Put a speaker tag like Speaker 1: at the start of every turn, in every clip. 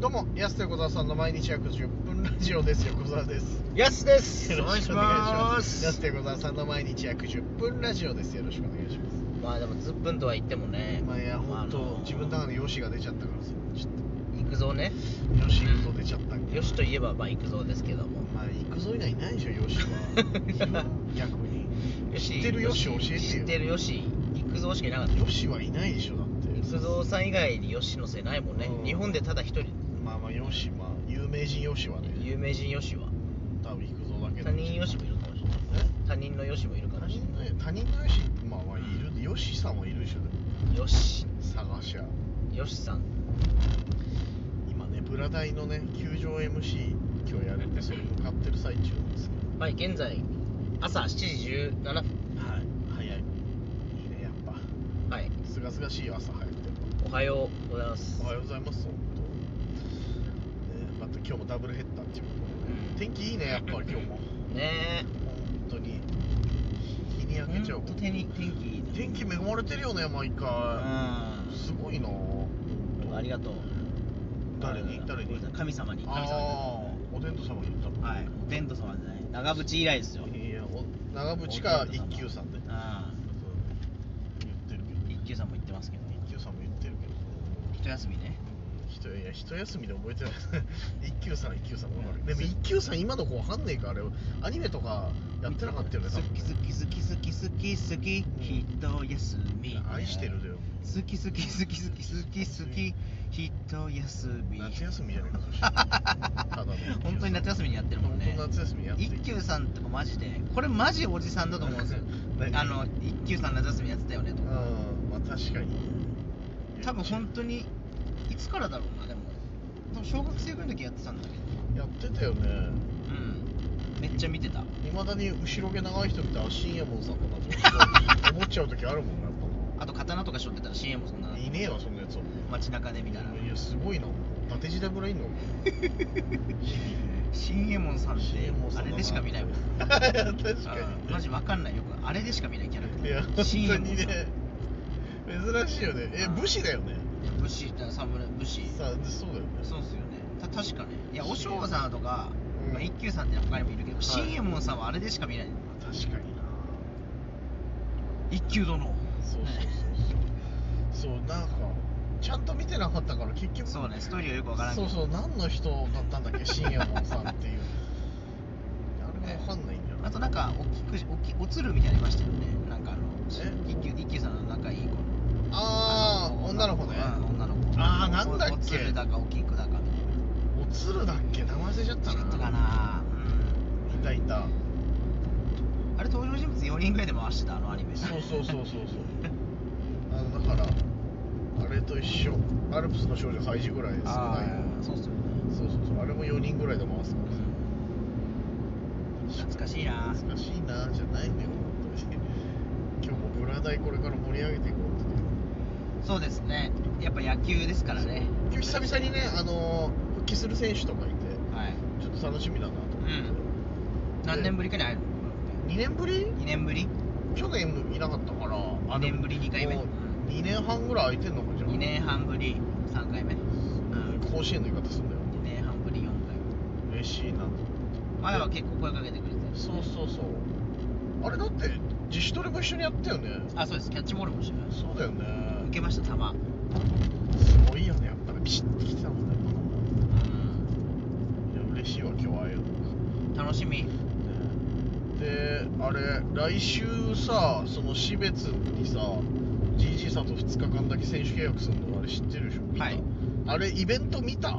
Speaker 1: どうも、やすと横澤さんの毎日約10分ラジオです。横澤です。
Speaker 2: ヤスです
Speaker 1: やすと横澤さんの毎日約10分ラジオです。よろしくお願いします。
Speaker 2: まあでも10分とは言ってもね
Speaker 1: まあいや、本当、
Speaker 2: あの
Speaker 1: 自分の中のよしが出ちゃったからさ、ちょっ
Speaker 2: 育三ね
Speaker 1: と、よし行くぞ出ちゃったんで
Speaker 2: よしといえばまあ育三ですけども
Speaker 1: まあ、行くぞ以外いないでしょ、よしは。 逆に。知ってるよし教えてよ
Speaker 2: 知ってるよし育三しかいなかった
Speaker 1: よしはいないでしょ、だって。
Speaker 2: 育三さん以外によしのせいないもんね
Speaker 1: うん
Speaker 2: 日本でただ一人
Speaker 1: まあまあ、よし、まあ、有名人よしはね、
Speaker 2: 有名人よしは
Speaker 1: 多分行くぞだけど。
Speaker 2: 他人よしもいるかもしれない
Speaker 1: え
Speaker 2: 他人のよしもいるか
Speaker 1: 他
Speaker 2: もし
Speaker 1: 人の他人のよし、まあまあ、いる、よしさんもいるでしょ、でも
Speaker 2: れないよし
Speaker 1: 探しゃ。
Speaker 2: よしさん
Speaker 1: 今ねブラダイのね球場 MC 今日やれてそれ向かってる最中なんですけど
Speaker 2: はい現在朝7時17分
Speaker 1: はい早いいいねやっぱ
Speaker 2: はい
Speaker 1: すがすがしい朝早くて
Speaker 2: おはようございます
Speaker 1: おはようございます本当ねまた今日もダブルヘッダーっていうことでね
Speaker 2: うん
Speaker 1: 天気いいねやっぱり今日も
Speaker 2: ね
Speaker 1: 本当に日に
Speaker 2: え
Speaker 1: 焼けちゃう
Speaker 2: ほんと手に天気いいね
Speaker 1: 天気恵まれてるよね毎回
Speaker 2: うん
Speaker 1: すごいな
Speaker 2: ありがとう。
Speaker 1: 誰に誰に
Speaker 2: 神様に。神様
Speaker 1: ああお天道様に言った
Speaker 2: に。
Speaker 1: の
Speaker 2: はい。お天道様じゃない。長渕以来ですよ。
Speaker 1: いやお長渕か一休さんで
Speaker 2: あ
Speaker 1: 言ってるけど
Speaker 2: 一休さんも言ってますけど。
Speaker 1: 一休さんも言ってるけど
Speaker 2: 一休みね。
Speaker 1: ひといや一休みで覚えてない 一休さん一休さんわかるでも一休さん今の子わかんねえからあれアニメとかやってなかったよね多
Speaker 2: 好き
Speaker 1: 分
Speaker 2: 好き好き好き好き好き。ひと休み。
Speaker 1: 愛してるだ。よ
Speaker 2: 好き好き好き好き好き好き。ひと休み。
Speaker 1: 夏休みじゃねえかそした らただの一休さん
Speaker 2: 本当に夏休みにやってるもんね
Speaker 1: 本当夏休みやって
Speaker 2: 一休さんとかマジでこれマジおじさんだと思うんですよ
Speaker 1: 何
Speaker 2: あの一休さん夏休みやってたよねと
Speaker 1: うん
Speaker 2: か
Speaker 1: まあ確かに
Speaker 2: 多分本当にいつからだろうなでも多分小学生ぐらいの時やってたんだけど
Speaker 1: やってたよね
Speaker 2: うんめっちゃ見てた
Speaker 1: いまだに後ろ毛長い人見たら新右衛門さんだなと思っちゃう時あるもんなやっ
Speaker 2: あと刀とかしょってたら CM もそんな
Speaker 1: ぱいねえわそんなやつは
Speaker 2: 街中で見たら
Speaker 1: いやすごいな伊達時代ぐらいいんの
Speaker 2: 新右衛門さんって
Speaker 1: 新右衛門さんだ
Speaker 2: あ
Speaker 1: な
Speaker 2: れでしか見ないも ん
Speaker 1: 確かに
Speaker 2: うんマジわかんないよくあれでしか見ないキャラクター
Speaker 1: いや本当
Speaker 2: 新右衛門
Speaker 1: に
Speaker 2: さん
Speaker 1: ね珍しいよねえ
Speaker 2: うん
Speaker 1: 武士だよね
Speaker 2: 武士って侍武士
Speaker 1: さあそうだよね
Speaker 2: そうっすよねた確かねいや
Speaker 1: 新右
Speaker 2: お
Speaker 1: 衛門
Speaker 2: 尚さんとか、
Speaker 1: うん
Speaker 2: まあ、一休さんって他にもいるけど、
Speaker 1: はい
Speaker 2: 新右衛門さんはあれでしか見ない
Speaker 1: 確かにな
Speaker 2: 一休殿
Speaker 1: そうそうそうそうそうなんかちゃんと見てなかったから結局
Speaker 2: そうねストーリーはよくわからんけ
Speaker 1: そ
Speaker 2: ど
Speaker 1: うそう何の人だったんだっけ新右衛門さんっていうあれがわかんないんだよな
Speaker 2: あとなんか大きくし大きおつるみたいなのいましたよねなんかあの
Speaker 1: え
Speaker 2: 一休一休さんの仲いい子の
Speaker 1: ああ
Speaker 2: の
Speaker 1: 女の子ね
Speaker 2: うん女の子
Speaker 1: あーなんだっけ
Speaker 2: おおつるだかおきくだかみ
Speaker 1: おつるだっけ名前忘れちゃったた
Speaker 2: いな
Speaker 1: な
Speaker 2: 違ったかなう
Speaker 1: いたいた
Speaker 2: んあれ登場人物4人ぐらいで回してたあのアニメ
Speaker 1: そうそう そうそうそうあのだからあれと一緒アルプスの少女ハイジぐらいです
Speaker 2: あ
Speaker 1: ない
Speaker 2: ーそうっすよね
Speaker 1: そうそうそうあれも4人ぐらいで回すから
Speaker 2: 懐かしいな
Speaker 1: 難しいなじゃないのよ本当に今日もブラダイこれから盛り上げていこうって
Speaker 2: そうですねやっぱ野球ですからね
Speaker 1: 今日久々にねあのー復帰する選手とかいて
Speaker 2: はい
Speaker 1: ちょっと楽しみだなと思って、
Speaker 2: 何年ぶりくらい会える
Speaker 1: 2年ぶり
Speaker 2: の2年ぶり
Speaker 1: 去年もいなかったから
Speaker 2: 2年ぶり2回目
Speaker 1: 2年半ぐらい空いてんのかじゃあ
Speaker 2: 2年半ぶり3回目うん
Speaker 1: 甲子園の言い方すんだよ
Speaker 2: 2年半ぶり4回
Speaker 1: 嬉しいなと思って
Speaker 2: 目前は結構声かけてくれて
Speaker 1: そうそうそうあれだって自主トレも一緒にやったよね
Speaker 2: あそうですキャッチボールもしてます
Speaker 1: そうだよね
Speaker 2: 受けました球
Speaker 1: すごいよねやっぱりピシッてきてたもんねいや嬉しいわ今日会えるの
Speaker 2: うん楽しみ
Speaker 1: であれ来週さその標別にさ GG さんと2日間だけ選手契約するのあれ知ってるでしょ見た、
Speaker 2: はい
Speaker 1: あれイベント見た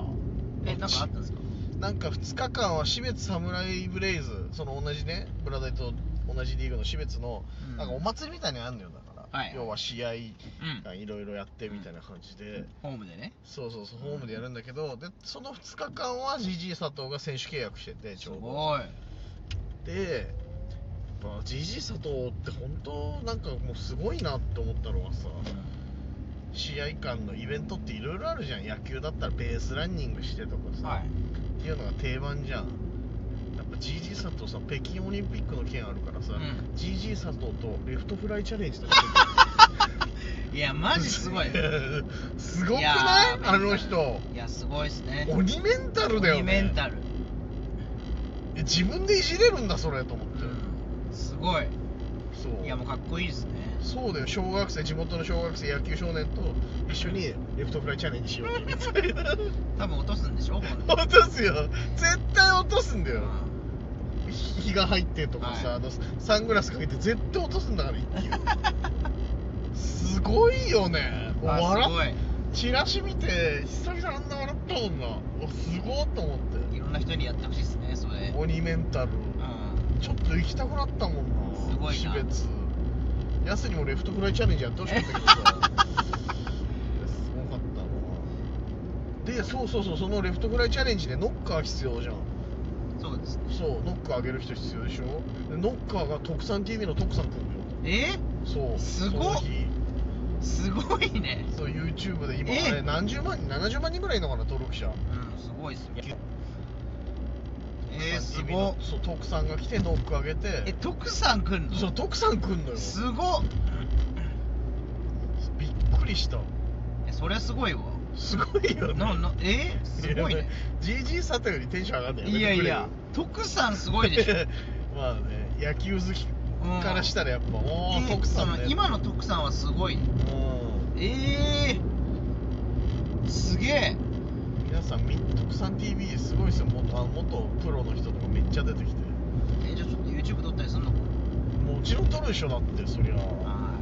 Speaker 2: えなんかあったんですか
Speaker 1: なんか2日間は標津サムライブレイズその同じねブラダイと同じリーグの標津の、
Speaker 2: うん
Speaker 1: なんかお祭りみたいにあんのよだから、
Speaker 2: はい
Speaker 1: 要は試合
Speaker 2: うん
Speaker 1: がいろいろやってみたいな感じで、
Speaker 2: ホームでね
Speaker 1: そうそうそうホームでやるんだけどでその2日間は GG 佐藤が選手契約しててち
Speaker 2: す
Speaker 1: ょうど
Speaker 2: ごい
Speaker 1: でやっぱ GG 佐藤って本当なんかもうすごいなって思ったのはさ試合間のイベントっていろいろあるじゃん野球だったらベースランニングしてとかさ、
Speaker 2: はい
Speaker 1: っていうのが定番じゃんやっぱ GG 佐藤さん北京オリンピックの件あるからさ、
Speaker 2: うん
Speaker 1: GG 佐藤とレフトフライチャレンジとかして
Speaker 2: いやマジ すごい
Speaker 1: すごくない
Speaker 2: やー
Speaker 1: あの人
Speaker 2: いやすごいっすね
Speaker 1: 鬼メンタルだよね
Speaker 2: 鬼メンタル、
Speaker 1: え自分でいじれるんだそれと思って、
Speaker 2: うん、すごい
Speaker 1: そう
Speaker 2: いやもうかっこいいですね
Speaker 1: そうだよ小学生地元の小学生野球少年と一緒にレフトフライチャレンジしよ うみたいな
Speaker 2: 多分落とすんでしょ今度
Speaker 1: 落とすよ絶対落とすんだよ、
Speaker 2: う
Speaker 1: 日が入ってとかさ、
Speaker 2: はい
Speaker 1: あのサングラスかけて絶対落とすんだから一球すごいよね
Speaker 2: んあ
Speaker 1: 笑っ
Speaker 2: すごい
Speaker 1: チラシ見て久々あんな笑ったもんなおすごっと思って
Speaker 2: いろんな人にやってほしいですねそれ
Speaker 1: 鬼メンタル
Speaker 2: うん
Speaker 1: ちょっと行きたくなったもんな
Speaker 2: すごいな
Speaker 1: 標別やすにもレフトフライチャレンジやってほしかったけどさすごかっ たなでそうそうそうそのレフトフライチャレンジでノッカー必要じゃん
Speaker 2: そうですね
Speaker 1: そうノッカー上げる人必要でしょでノッカーが特産 TV の特産くんよ
Speaker 2: え
Speaker 1: そう
Speaker 2: す
Speaker 1: そ
Speaker 2: ごっ
Speaker 1: の日
Speaker 2: すごいね
Speaker 1: そう YouTube で今
Speaker 2: え
Speaker 1: あれ何十万人70万人ぐらいいるのかな登録者
Speaker 2: うんすごいっすよえー、
Speaker 1: 特
Speaker 2: す
Speaker 1: 産 TV
Speaker 2: ご
Speaker 1: のそう徳さんが来てノック上げ
Speaker 2: え
Speaker 1: て
Speaker 2: 徳さん来んの
Speaker 1: そう徳さん来んのよ
Speaker 2: すごっ
Speaker 1: びっくりした
Speaker 2: えそれはすごいわ
Speaker 1: すごいよね
Speaker 2: ななえすごいね
Speaker 1: ジージーサタよりテンション上がんない
Speaker 2: いやいや徳さんすごいでしょ
Speaker 1: ま あね野球好きからしたらやっぱおお
Speaker 2: え
Speaker 1: 徳さん
Speaker 2: そ
Speaker 1: ね
Speaker 2: の今の徳さんはすごい
Speaker 1: うん
Speaker 2: ええすげえ
Speaker 1: 皆さんみ徳さん TV すごいですよ元あ元プロの人とかめっちゃ出てきて
Speaker 2: えじゃあちょっと YouTube 撮ったりすんの
Speaker 1: もちろん取るでしょだってそりゃ
Speaker 2: は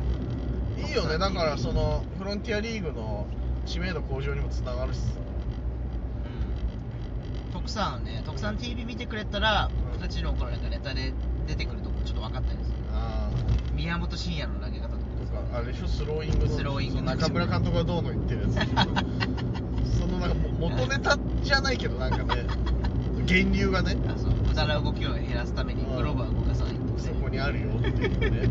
Speaker 2: い
Speaker 1: いよねだからそのフロンティアリーグの知名度向上にもつながるしさ
Speaker 2: うん徳さんね徳さん TV 見てくれたら僕たちのこのなんかネタで出てくるとこちょっと分かったりする
Speaker 1: ああ
Speaker 2: 宮本慎也の投げ方とか
Speaker 1: とかあれでしょスローイングの
Speaker 2: スローイングの
Speaker 1: 中村監督がどうの言ってるやつそのなんかもう元ネタじゃないけどなんかね源流がね
Speaker 2: あそう無駄な動きを減らすためにグローバーを動かさないって
Speaker 1: そこにあるよっていうね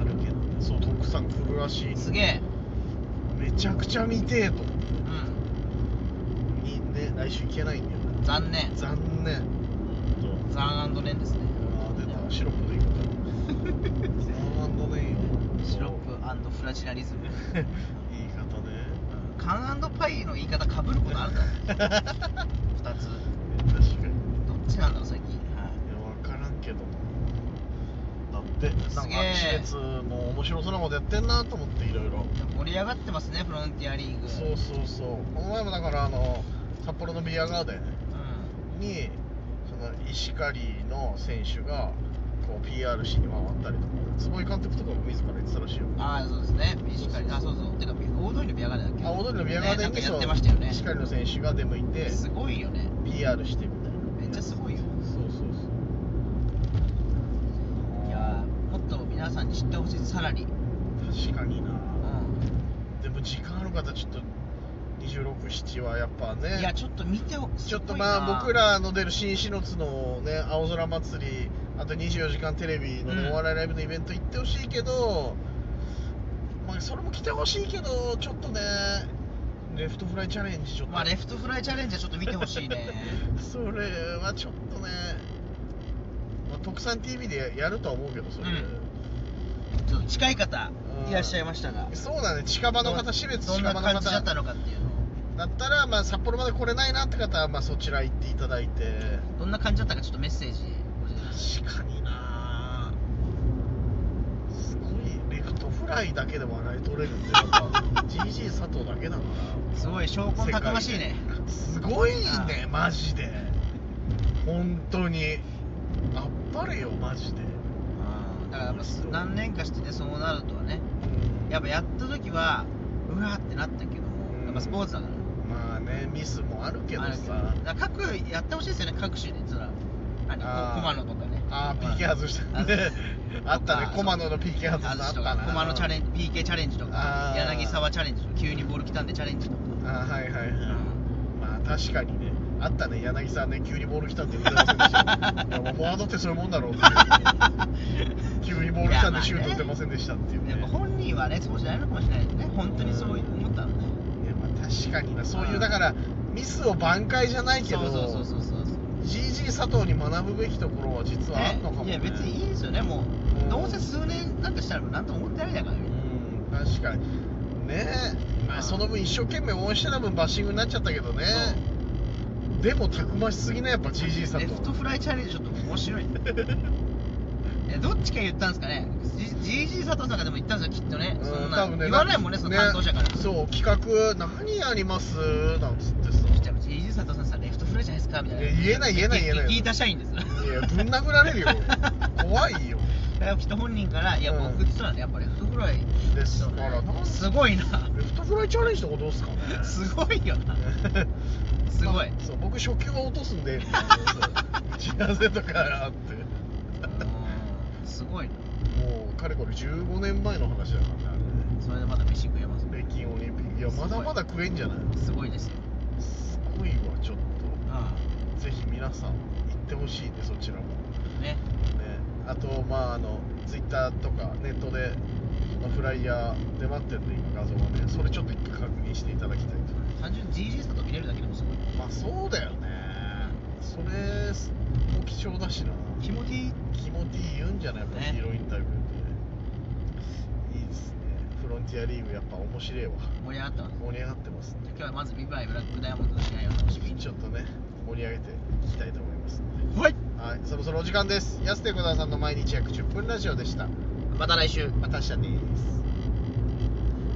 Speaker 1: あるけどねそう徳さん来るらしい
Speaker 2: すげえ
Speaker 1: めちゃくちゃ見てえと思って
Speaker 2: う
Speaker 1: にね来週行けないんだよね
Speaker 2: ん残念
Speaker 1: 残念ほんと
Speaker 2: ザーネンですね
Speaker 1: あー出たシロップでいくかザーンドネイよ
Speaker 2: シロップフラチナリズム
Speaker 1: 言い方ね
Speaker 2: カンパイの言い方かぶることあるか
Speaker 1: 確か
Speaker 2: 2つ
Speaker 1: に
Speaker 2: どっちなんだろう
Speaker 1: い
Speaker 2: 最近はい
Speaker 1: や分からんけどなだってなん
Speaker 2: すげ
Speaker 1: か
Speaker 2: え
Speaker 1: 季節も面白そうなことやってんなと思っていろいろ
Speaker 2: でも盛り上がってますねフロンティアリーグ
Speaker 1: そうそうそうこの前もだからあの札幌のビアガーデン
Speaker 2: う
Speaker 1: にその石狩の選手がこう PR しに回ったりとか坪井監督とかも自ら言ってたらしいよ
Speaker 2: んああそうですね石狩あそうそうてか大通りのビアガーデンだっけ
Speaker 1: あ踊りのビアガーデン
Speaker 2: ね、なんか
Speaker 1: に
Speaker 2: や
Speaker 1: そ
Speaker 2: ってましたよ
Speaker 1: う
Speaker 2: ね
Speaker 1: 石狩の選手が出向いて
Speaker 2: すごいよね
Speaker 1: PR してみたいな
Speaker 2: めっちゃすごいよ
Speaker 1: そうそうそう
Speaker 2: いやーもっと皆さんに知ってほしいさらに
Speaker 1: 確かにな
Speaker 2: う
Speaker 1: でも時間ある方ちょっと267はやっぱ
Speaker 2: ん
Speaker 1: ね
Speaker 2: いやちょっと見てほ
Speaker 1: ちょっとまあ僕らの出る新篠津のね青空祭りあと24時間テレビのね、
Speaker 2: うん
Speaker 1: お笑いライブのイベント行ってほしいけどまあそれも来てほしいけどちょっとねレフトフライチャレンジちょっと
Speaker 2: まあレフトフライチャレンジはちょっと見てほしいね
Speaker 1: それはちょっとね、まあ、特産 TV でやるとは思うけどそれ、
Speaker 2: うちょっと近い方
Speaker 1: うん
Speaker 2: いらっしゃいましたが
Speaker 1: そうだね近場の方私立
Speaker 2: どん
Speaker 1: 近場
Speaker 2: な
Speaker 1: の
Speaker 2: 感
Speaker 1: 方
Speaker 2: じだったのかっていうのを
Speaker 1: だったらまあ札幌まで来れないなって方はまあそちら行っていただいて
Speaker 2: どんな感じだったかちょっとメッセージ
Speaker 1: 確かになすごいレフトフライだけで笑い取れるってやっぱ GG 佐藤だけだから
Speaker 2: すごい証拠たくましいね
Speaker 1: 世界ですごいね
Speaker 2: うん
Speaker 1: マジで本当にあっぱれよマジで
Speaker 2: うんだからやっぱ何年かしてねそうなるとはねやっぱやった時はうわーってなったけども、
Speaker 1: うん
Speaker 2: やっぱスポーツだから
Speaker 1: まあねミスもあるけど
Speaker 2: ある
Speaker 1: さ
Speaker 2: だから各やってほしいですよね各種でそらあの
Speaker 1: あー
Speaker 2: 駒野とかね
Speaker 1: ああ PK 外した
Speaker 2: あ
Speaker 1: ね あったね
Speaker 2: とか
Speaker 1: 駒野の PK 外した
Speaker 2: 外
Speaker 1: のあっ
Speaker 2: しと
Speaker 1: た
Speaker 2: か
Speaker 1: な
Speaker 2: 駒野チャレンジ PK チャレンジとか
Speaker 1: あー
Speaker 2: 柳沢チャレンジとか急にボール来たんでチャレン ジとか
Speaker 1: あはいはいはい、
Speaker 2: ん
Speaker 1: まあ確かにねあったね柳さんね急にボール来たって言ってませんで したいやもうフォワードってそういうもんだろうっていう急にボール来たんでシュート打てませんでしたっていうね
Speaker 2: やっぱ本人はねそうじゃないのかもしれないですね本当にそう思ったのね
Speaker 1: いやまあ確かになそういううんだからミスを挽回じゃないけど
Speaker 2: そうそうそうそうそう
Speaker 1: GG 佐藤に学ぶべきところは実はあるのかも、ね、
Speaker 2: いや別にいいですよねも
Speaker 1: う
Speaker 2: うんどうせ数年なんかしたらなんとも思ってないだから
Speaker 1: うん確かにねえ、まあ、その分一生懸命応援してた分バッシングになっちゃったけどねでもたくましすぎなやっぱ GG さん
Speaker 2: レ
Speaker 1: と
Speaker 2: フトフライチャレンジちょっと面白いえどっちか言ったんですかね GG 佐藤さんがでも言ったんですよきっとねそんな、言わないもんねその担当者から、
Speaker 1: そう企画何やりますなんつってさ
Speaker 2: 来 たら GG 佐藤さんさレフトフライじゃないですかみたいない
Speaker 1: や言えない言えない言えない
Speaker 2: 聞いた社員です
Speaker 1: いやぶん殴ら れるよ怖いよ
Speaker 2: きっと本人から「いや
Speaker 1: うん
Speaker 2: 僕ってたらねやっぱりレフトフライ
Speaker 1: ですからなんか
Speaker 2: すごいな
Speaker 1: レフトフライチャレンジとかどうっすかね
Speaker 2: すごいよなすごい
Speaker 1: あそう僕初球は落とすん で打ち合わせとかあって
Speaker 2: うんすごいな
Speaker 1: もうかれこれ15年前の話だからね
Speaker 2: それでまだ飯食えます
Speaker 1: あれ北京オリンピックいや
Speaker 2: すご
Speaker 1: ま
Speaker 2: い
Speaker 1: だまだ食えんじゃない
Speaker 2: すごいですよ
Speaker 1: すごいわちょっ
Speaker 2: あ
Speaker 1: とぜひ皆さん行ってほしいねそちらもね
Speaker 2: あね
Speaker 1: あとまああのツイッターとかネットでのフライヤーで待ってるんで今画像がねそれちょっと一回確認していただきたいと
Speaker 2: 単純に GG 佐藤見れるだけでもすごい
Speaker 1: まあそうだよねそれも貴重だしな
Speaker 2: 気持ちいい
Speaker 1: 気持ちいい言うんじゃないやっぱ
Speaker 2: ね
Speaker 1: ヒーローインタビューでいいですねフロンティアリーグやっぱ面白いわ
Speaker 2: 盛り上がったわ
Speaker 1: 盛り上がってますね
Speaker 2: 今日はまずビバイブラックダイヤモンドの試合を楽しみに
Speaker 1: ちょっとね盛り上げていきたいと思いますので
Speaker 2: はい
Speaker 1: はい、そろそろお時間です。安手小沢さんの毎日約10分ラジオでした。
Speaker 2: また来週
Speaker 1: また明日です。